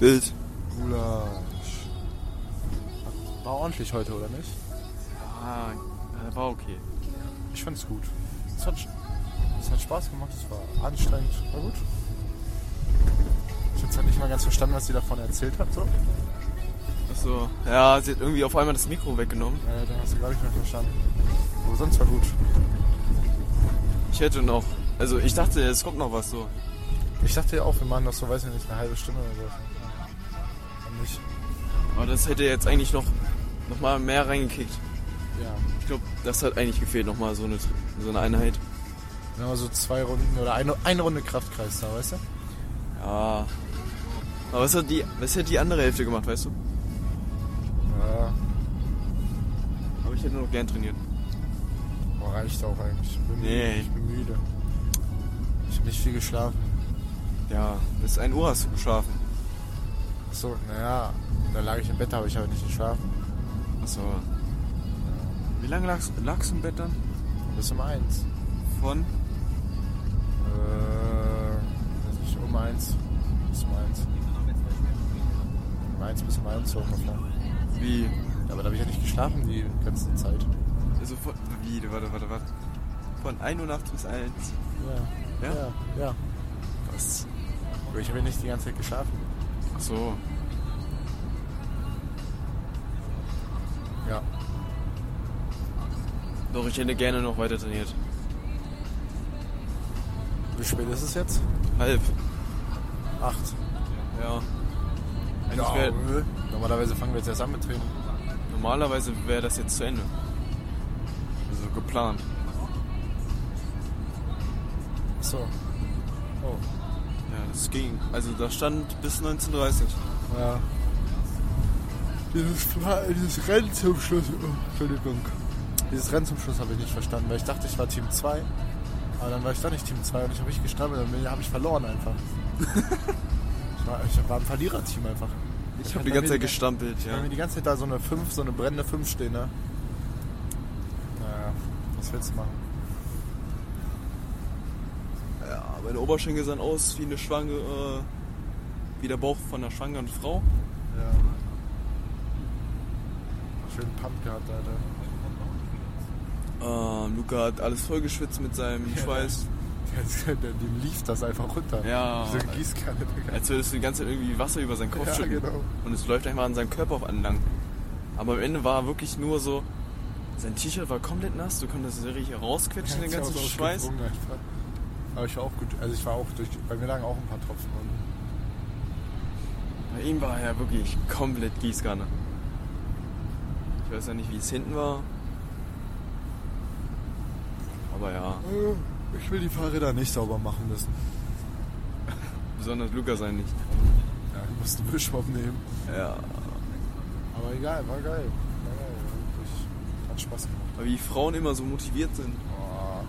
Wild. Gulasch. War ordentlich heute, oder nicht? Ah, äh, war okay. Ich fand's gut. Es hat, es hat Spaß gemacht, es war anstrengend, war gut. Ich hab's halt nicht mal ganz verstanden, was sie davon erzählt hat, so. Äh, Achso, ja, sie hat irgendwie auf einmal das Mikro weggenommen. Äh, dann hast du, glaube ich, nicht verstanden. Aber sonst war gut. Ich hätte noch. Also ich dachte, es kommt noch was so. Ich dachte ja auch, wir machen das so, weiß ich nicht, eine halbe Stunde oder so. Und nicht. Aber das hätte jetzt eigentlich noch, noch mal mehr reingekickt. Ja. Ich glaube, das hat eigentlich gefehlt, noch mal so eine, so eine Einheit. Dann haben wir so zwei Runden oder eine, eine Runde Kraftkreis da, weißt du? Ja. Aber was hat die, was hat die andere Hälfte gemacht, weißt du? Ja. Aber ich hätte noch gern trainiert. Boah, reicht auch eigentlich. Ich bin, Nee. müde. ich bin müde. Ich habe nicht viel geschlafen. Ja, bis 1 Uhr hast du geschlafen. Achso, naja, da lag ich im Bett, aber ich habe nicht geschlafen. Achso. Wie lange lagst, lagst du im Bett dann? Bis um eins. Von? Äh, weiß nicht, um eins. Bis um eins. Um eins bis um eins so ungefähr. Wie? Aber da habe ich ja nicht geschlafen die ganze Zeit. Also von, wie? Warte, warte, warte. Von 1 Uhr nachts bis 1. Ja. Ja? Ja, ja. Was? Aber ich habe ja nicht die ganze Zeit geschlafen. Achso. Ja. Doch, ich hätte gerne noch weiter trainiert. Wie spät ist es jetzt? Halb. Acht. Ja. Eigentlich Ja, wär, äh, normalerweise fangen wir jetzt erst an mit Training. normalerweise wäre das jetzt zu Ende. Also geplant. Achso. Oh. Ja, das ging. Also da stand bis 19.30 Uhr. Ja. Dieses, dieses Rennen zum Schluss. Oh, Entschuldigung. Dieses Rennen zum Schluss habe ich nicht verstanden, weil ich dachte, ich war Team 2. Aber dann war ich doch nicht Team 2 und ich habe mich gestapelt und dann habe ich verloren einfach. ich, war, ich war im Verliererteam einfach. Ich habe die ganze Zeit gestampelt, Ja. ja. Wenn mir die ganze Zeit da so eine 5, so eine brennende 5 stehen, ne? Naja, was willst du machen? ja. Meine Oberschenkel sahen aus wie eine Schwange, äh, wie der Bauch von einer schwangeren Frau. Ja. Schön Pump gehabt, Alter. Ähm, Luca hat alles vollgeschwitzt mit seinem Schweiß. Der, der, dem lief das einfach runter. Ja. Also, Wie So eine Gießkanne, Digga. Als würdest du die ganze Zeit irgendwie Wasser über seinen Kopf Ja, schütten. genau. Und es läuft einfach an seinem Körper entlang. Aber am Ende war er wirklich nur so, sein T-Shirt war komplett nass, du konntest es richtig rausquetschen, den Ja, ganzen ist ja auch Schweiß. ausgeflogen einfach. Aber ich war auch gut. Also ich war auch durch. Bei mir lagen auch ein paar Tropfen unten. Bei ihm war er wirklich komplett Gießkanne. Ich weiß ja nicht, wie es hinten war. Aber ja, Äh, Ich will die Fahrräder nicht sauber machen müssen. besonders Luca sein nicht. Ja, ich muss den Wischmopp nehmen. Ja. Aber egal, war geil. War geil. Wirklich. Hat Spaß gemacht. Aber wie Frauen immer so motiviert sind. Boah.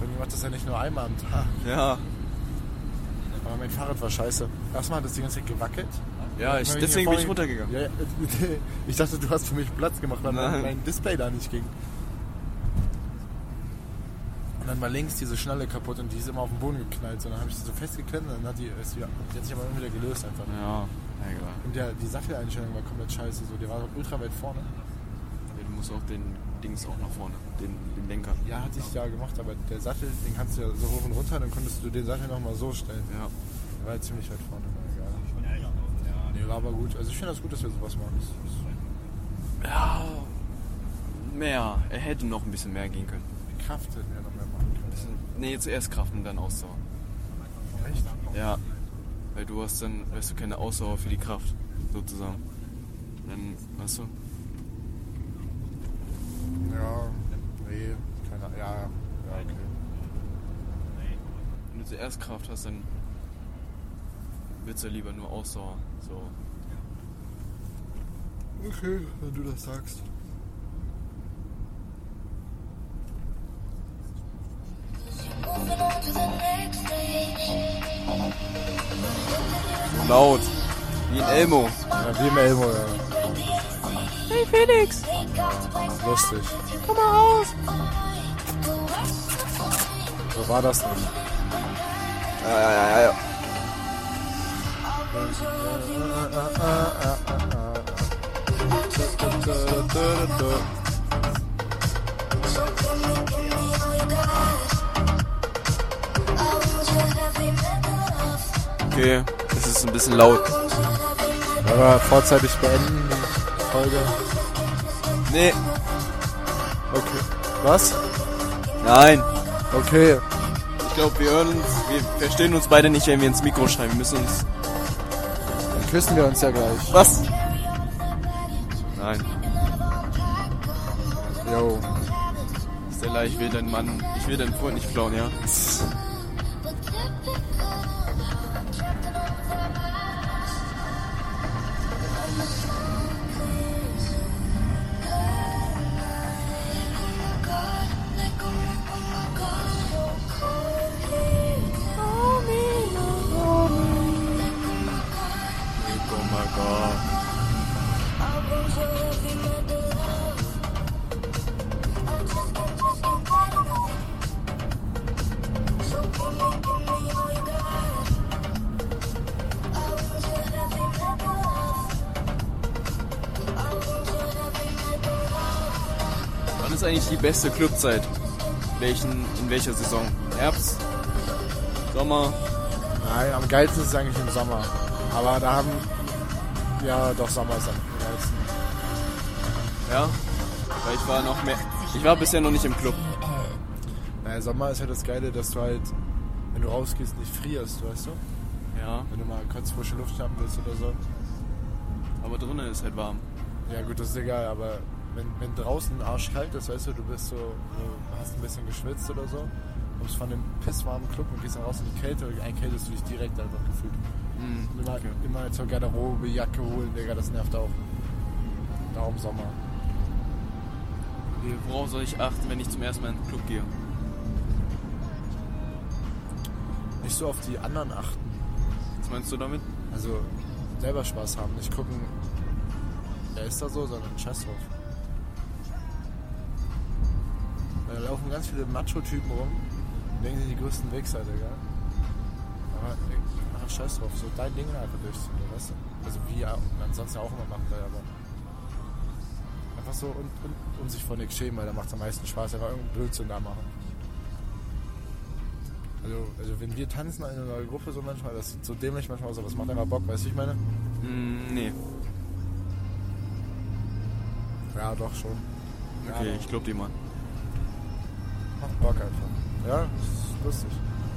Bei mir macht das ja nicht nur einmal am Tag. Ja. Aber mein Fahrrad war scheiße. Erstmal hat es die ganze Zeit gewackelt. Ja, ich, Weil deswegen hier bin ich vorne- runtergegangen. Ja, ja, ich dachte, du hast für mich Platz gemacht, weil mein, Nein. mein Display da nicht ging. Und dann war links diese Schnalle kaputt und die ist immer auf den Boden geknallt. Und dann habe ich sie so festgeklemmt und dann hat die, ist wieder, die hat sich aber immer wieder gelöst einfach. Ja, egal. Und der, die Satteleinstellung war komplett scheiße. So. Der war ultra weit vorne. Ja, Du musst auch den Dings auch nach vorne, den, den Lenker. Ja, hatte ich ja gemacht, aber der Sattel, den kannst du ja so hoch und runter, dann konntest du den Sattel nochmal so stellen. Ja. Der war ja ziemlich weit vorne. Na, Egal. Nee, war aber gut. Also ich finde das gut, dass wir sowas machen. Das ist- Ja. Mehr. Er hätte noch ein bisschen mehr gehen können. Kraft hätten wir noch mehr machen können. Nee, zuerst Kraft und dann Ausdauer. Echt? Ja. Weil du hast dann, weißt du, keine Ausdauer für die Kraft, sozusagen. Dann, weißt du? Ja, nee, keine Ahnung. Ja, ja, okay. Wenn du zuerst Kraft hast, dann willst du ja lieber nur Ausdauer. So. Okay, wenn du das sagst. Moving on to the next stage. Laut. Wie ein Elmo. Ja, wie im Elmo, ja. Hey Felix, Lustig. komm mal raus. So war das denn. Ja, ja, ja, ja. Okay, es ist ein bisschen laut. Aber vorzeitig beenden, Folge. Nee, Okay. Was? nein. Okay. Ich glaube, wir hören uns, wir verstehen uns beide nicht, wenn wir ins Mikro schreiben. Wir müssen uns. Dann küssen wir uns ja gleich. Was? Nein. Yo. Stella, ich will deinen Mann, ich will deinen Freund nicht klauen, ja? Oh mein Gott. Wann ist eigentlich die beste Clubzeit? Welchen, in welcher Saison? Herbst? Sommer? Nein, am geilsten ist es eigentlich im Sommer. Aber da haben. Ja, doch, Sommer ist am geilsten. Ja? Weil ich war noch mehr. Ich war bisher noch nicht im Club. Naja, Sommer ist ja das Geile, dass du halt, wenn du rausgehst, nicht frierst, weißt du? Ja. Wenn du mal kurz frische Luft haben willst oder so. Aber drinnen ist halt warm. Ja, gut, das ist egal, aber wenn, wenn draußen arschkalt ist, weißt du, du bist so, du hast ein bisschen geschwitzt oder so, kommst von dem pisswarmen Club und gehst dann raus in die Kälte und einkältest du dich direkt einfach gefühlt. Hm. Und Immer, immer zur Garderobe Jacke holen, Digga, das nervt auch. Darum Sommer. Worauf soll ich achten, wenn ich zum ersten Mal in den Club gehe? Nicht so auf die anderen achten. Was meinst du damit? Also selber Spaß haben, nicht gucken, wer ist da so, sondern scheiß drauf. Da laufen ganz viele Macho-Typen rum, denken sie die größten Wichser, Digga. Aber ey, mach scheiß drauf, so dein Ding einfach durchziehen, weißt du? Also wie er ansonsten auch immer macht, aber einfach so und, und, und sich vor nichts schämen, weil da macht es am meisten Spaß, einfach irgendeinen Blödsinn da machen. Also, also wenn wir tanzen in einer Gruppe so manchmal, das sieht so dämlich manchmal aus, aber es macht einfach Bock, weißt du, ich meine? Hm, nee. Ja, doch schon. Ja, Okay, ich glaub dir mal. Macht Bock einfach. Ja, das ist lustig.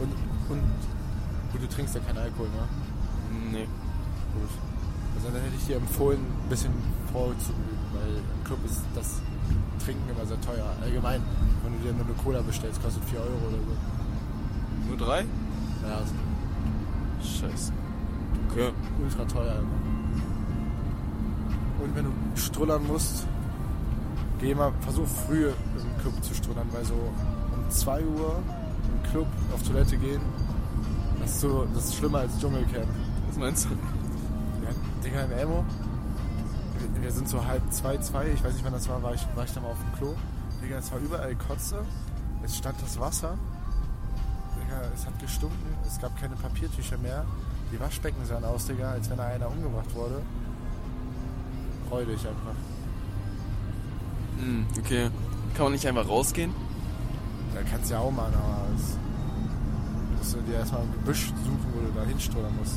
Und, und gut, du trinkst ja keinen Alkohol, ne? Hm, Nee. Gut. Also dann hätte ich dir empfohlen, ein bisschen vorzuüben, weil im Club ist das Trinken immer sehr teuer. Allgemein, wenn du dir nur eine Cola bestellst, kostet 4 Euro oder so. Nur drei? Ja, ist Scheiße. Okay. ultra teuer immer. Und wenn du strullern musst, geh mal, versuch früh im Club zu strullern, weil so um 2 Uhr im Club auf Toilette gehen, das ist, so, das ist schlimmer als Dschungelcamp. Was meinst du? Ja, Digga, im Elmo, wir, wir sind so halb zwei, zwei, ich weiß nicht wann das war, war ich, war ich da mal auf dem Klo. Digga, es war überall Kotze, es stand das Wasser, Digga, es hat gestunken, es gab keine Papiertücher mehr, die Waschbecken sahen aus, Digga, als wenn da einer umgebracht wurde. Freudig einfach. Hm, okay. Kann man nicht einfach rausgehen? Da kannst du ja auch machen, aber es, musst du dir erstmal ein Gebüsch suchen, wo du da hinstrudern musst.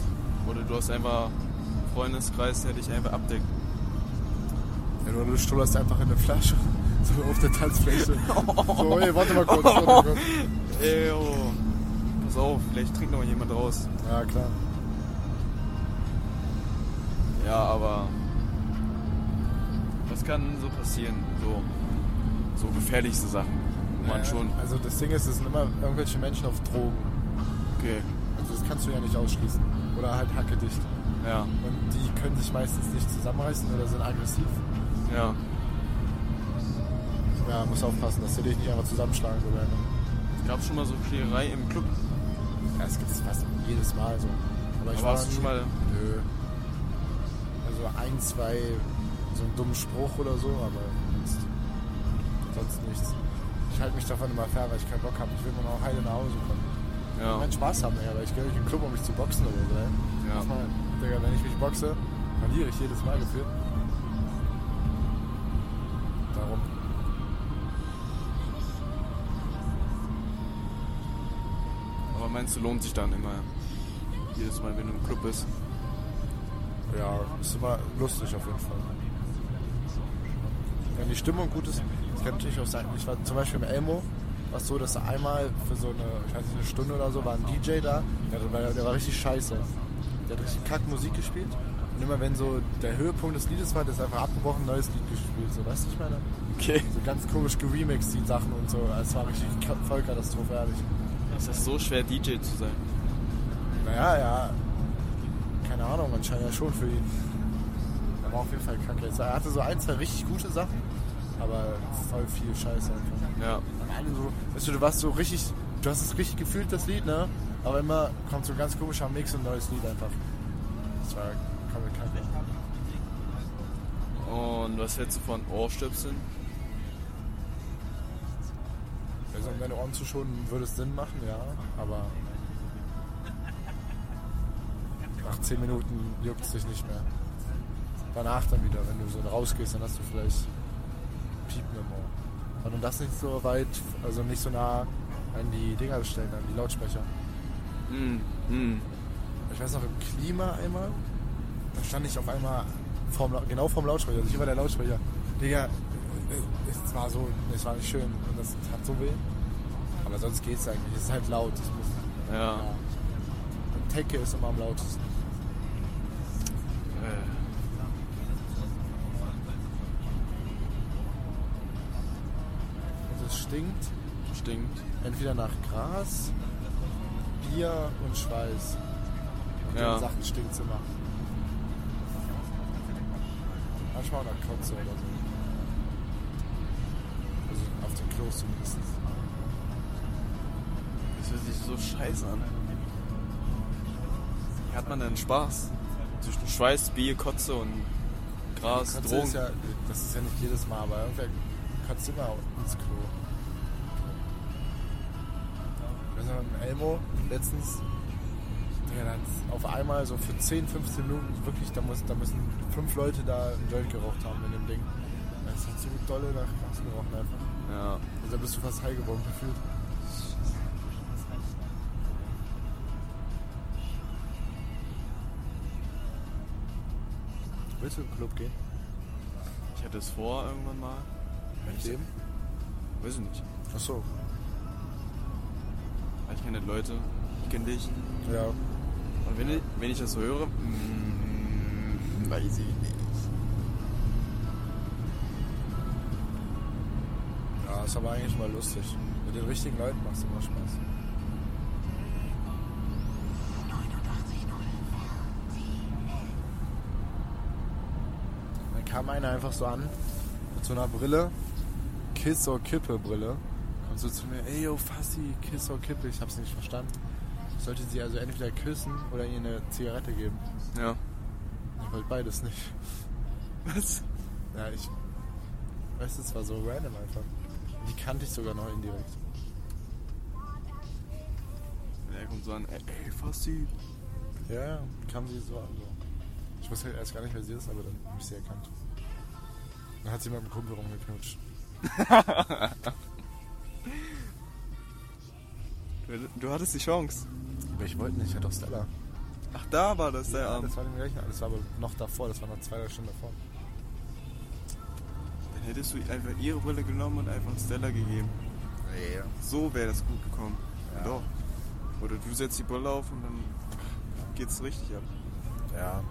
Oder du hast einfach Freundeskreis, der dich einfach abdeckt. Ja, oder du strullerst einfach in eine Flasche, so auf der Tanzfläche. So, ey, warte mal kurz, warte mal kurz. Ey, oh. Pass auf, vielleicht trinkt noch jemand raus. Ja, klar. Ja, aber. Was kann so passieren? So. So gefährlichste Sachen. Man Naja, schon. Also das Ding ist, es sind immer irgendwelche Menschen auf Drogen. Okay. Also das kannst du ja nicht ausschließen. Oder halt hackedicht. Ja. Und die können sich meistens nicht zusammenreißen oder sind aggressiv. Ja. Ja, musst aufpassen, dass sie dich nicht einfach zusammenschlagen oder so. Gab's schon mal so Klärerei im Club? Ja, es gibt es fast jedes Mal so. Aber Aber war hast noch du schon nie- mal- Nö. Also ein, zwei, so einen dummen Spruch oder so, aber sonst, sonst nichts. Ich halte mich davon immer fern, weil ich keinen Bock habe. Ich will nur noch heile nach Hause kommen. Ja. Meinen Spaß haben, ey, aber ich gehe nicht in den Club, um mich zu boxen oder so. Ey. Ja. Das mal, Digga, wenn ich mich boxe, verliere ich jedes Mal gefühlt. Darum. Aber meinst du, lohnt sich dann immer? Jedes Mal, wenn du im Club bist. Ja, ist immer lustig auf jeden Fall. Wenn die Stimmung gut ist, das kann natürlich auch sein. Ich war zum Beispiel im Elmo, war es so, dass einmal für so eine, ich weiß nicht, eine Stunde oder so, war ein DJ da, der war, der war richtig scheiße. Der hat richtig kack Musik gespielt. Und immer wenn so der Höhepunkt des Liedes war, der ist einfach abgebrochen, ein neues Lied gespielt. So, weißt du, ich meine? Okay. So ganz komisch geremixed die Sachen und so. Es war richtig Ka- Vollkatastrophe, ehrlich. Es ist so schwer, DJ zu sein. Naja, ja. Keine Ahnung, anscheinend ja schon für ihn. Er war auf jeden Fall kacke. Er hatte so ein, zwei richtig gute Sachen, aber voll viel Scheiße einfach. Ja. Und alle so, weißt du, du warst so richtig, du hast es richtig gefühlt, das Lied, ne? Aber immer kommt so ein ganz komischer Mix und ein neues Lied einfach. Das war komplett kacke. Und was hältst du von Ohrstöpseln? Also, um deine Ohren zu schonen, würde es Sinn machen, ja, aber. Nach 10 Minuten juckt es dich nicht mehr. Danach dann wieder, wenn du so rausgehst, dann hast du vielleicht Piepen im Ohr. Aber du das nicht so weit, also nicht so nah an die Dinger stellen, an die Lautsprecher. Hm, hm. Ich weiß noch, im Klima einmal, da stand ich auf einmal vorm, Lau- genau vorm Lautsprecher, also ich war der Lautsprecher. Digga, äh, es war so, es war nicht schön und das hat so weh. Aber sonst geht's eigentlich, es ist halt laut. Ich muss, Ja. Und Tecke ist immer am lautesten. Äh. Und es stinkt Stinkt. entweder nach Gras, Bier und Schweiß. Und Ja. den Sachen stinkt's immer. Manchmal auch nach Kotze oder so. Also auf den Klos zumindest. Das hört sich so scheiße an. Wie hat man denn Spaß? Zwischen Schweiß, Bier, Kotze und Gras, Kotze Drogen. Ist ja, das ist ja nicht jedes Mal, aber irgendwer kotzt immer ins Klo. Wir sind mit dem Elmo letztens ja, dann auf einmal so für 10, 15 Minuten wirklich, da, muss, da müssen fünf Leute da einen Joint geraucht haben in dem Ding. Das hat so dolle nach Gras gerochen einfach. ja. Also da bist du fast high geworden gefühlt. Willst du in den Club gehen? Ich hatte es vor irgendwann mal. Mit dem? Weiß ich nicht. Achso. Aber Ich kenne Leute. Ich kenne dich. Ja. Und wenn ich, wenn ich das so höre, hm. mm, weiß ich nicht. Ja, ist aber eigentlich mal lustig. Mit den richtigen Leuten macht es immer Spaß. Dann kam einer einfach so an, mit so einer Brille, Kiss or Kippe Brille. Kommt so zu mir, ey yo Fassi, Kiss or Kippe. Ich hab's nicht verstanden. Ich sollte sie also entweder küssen oder ihr eine Zigarette geben. Ja. Ich wollte beides nicht. Was? Ja, ich. Weißt du, es war so random einfach. Die kannte ich sogar noch indirekt. Er kommt so an, ey, ey Fassi. Ja, ja, kam sie so an. So. Ich wusste halt erst gar nicht, wer sie ist, aber dann habe ich sie erkannt. Dann hat sie mit dem Kumpel rumgeknutscht. Du, du hattest die Chance. Aber ich wollte nicht, ich hatte auch Stella. Ach, da war das der Abend. das war dem gleichen, das war aber noch davor, das war noch zwei, drei Stunden davor. Dann hättest du einfach ihre Brille genommen und einfach Stella gegeben. Ja. So wäre das gut gekommen. Ja. Doch. Oder du setzt die Brille auf und dann geht's richtig ab. Ja.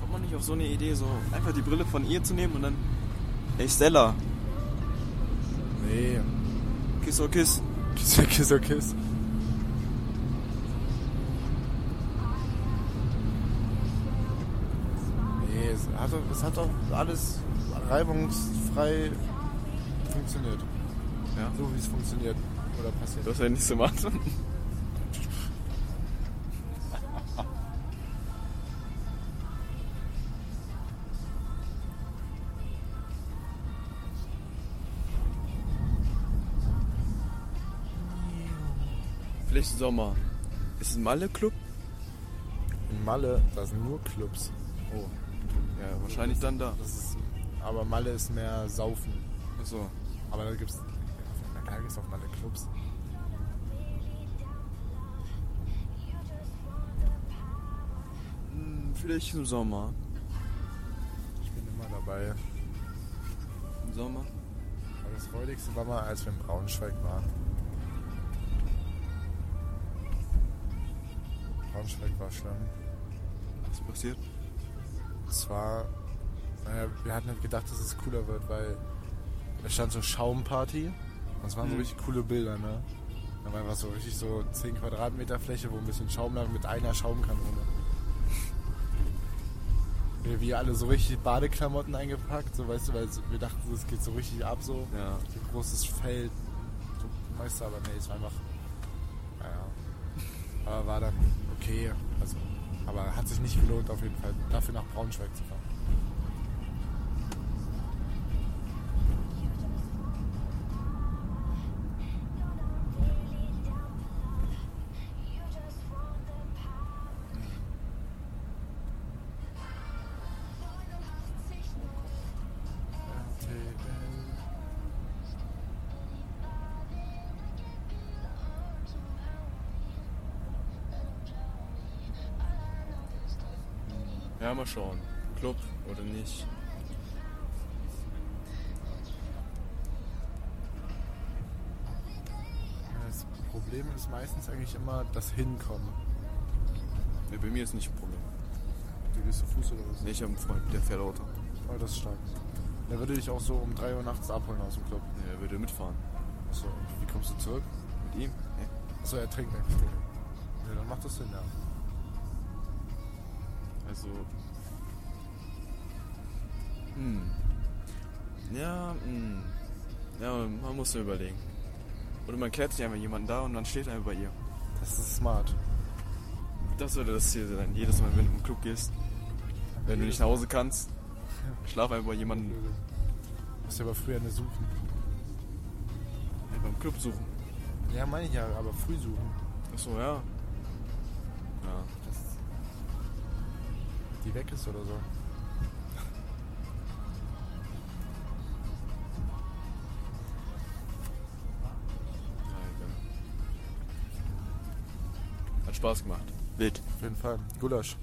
Kommt man nicht auf so eine Idee, so einfach die Brille von ihr zu nehmen und dann. Ey Stella, Nee. kiss or kiss. Kiss, kiss, oh, kiss. Nee, es hat, doch- es hat doch alles reibungsfrei funktioniert. Ja. So wie es funktioniert oder passiert. Das wäre nicht so machen. Vielleicht Sommer. Ist ein Malle-Club? In Malle, da sind nur Clubs. Oh. Ja, wahrscheinlich dann da. Das ist, aber Malle ist mehr Saufen. Achso. Aber da gibt's. Na klar gibt's auch Malle Clubs. Hm, vielleicht im Sommer. Ich bin immer dabei. Im Sommer? Aber das freudigste war mal, als wir in Braunschweig waren. Braunschweig war schlimm. Was ist passiert? Und zwar, naja, wir hatten halt gedacht, dass es cooler wird, weil da stand so Schaumparty und es waren so Mhm. richtig coole Bilder, ne? Da war einfach so richtig so 10 Quadratmeter Fläche, wo ein bisschen Schaum lag mit einer Schaumkanone. Wir, wir alle so richtig Badeklamotten eingepackt, so weißt du, weil so- wir dachten, es geht so richtig ab so. Ja. So ein großes Feld. So, weißt du, aber nee, es war einfach. Naja. Aber war dann okay. Also, aber hat sich nicht gelohnt auf jeden Fall, dafür nach Braunschweig zu fahren. Ja, mal schauen. Club oder nicht. Das Problem ist meistens eigentlich immer das Hinkommen. Nee, bei mir ist nicht ein Problem. Du gehst zu Fuß oder was? Nee, ich habe einen Freund, der fährt Auto. Oh, das ist stark. Der würde dich auch so um 3 Uhr nachts abholen aus dem Club. Nee, er würde mitfahren. Achso, und wie kommst du zurück? Mit ihm? Nee. Achso, er trinkt einfach. Ja, dann macht das Sinn, ja. Also. Hm. Ja, hm. Ja, man muss so überlegen. Oder man klärt sich einfach jemanden da und dann steht einer bei ihr. Das ist smart. Das würde das Ziel sein. Jedes Mal, wenn du in den Club gehst, wenn du nicht nach Hause kannst, schlaf einfach bei jemanden Musst du aber früh eine suchen. nee, beim Club suchen. Ja, meine ich ja, aber früh suchen. Achso, ja. Ja. Dass die weg ist oder so. Alter. Hat Spaß gemacht. Wild. halt, äh, Auf jeden Fall. Gulasch.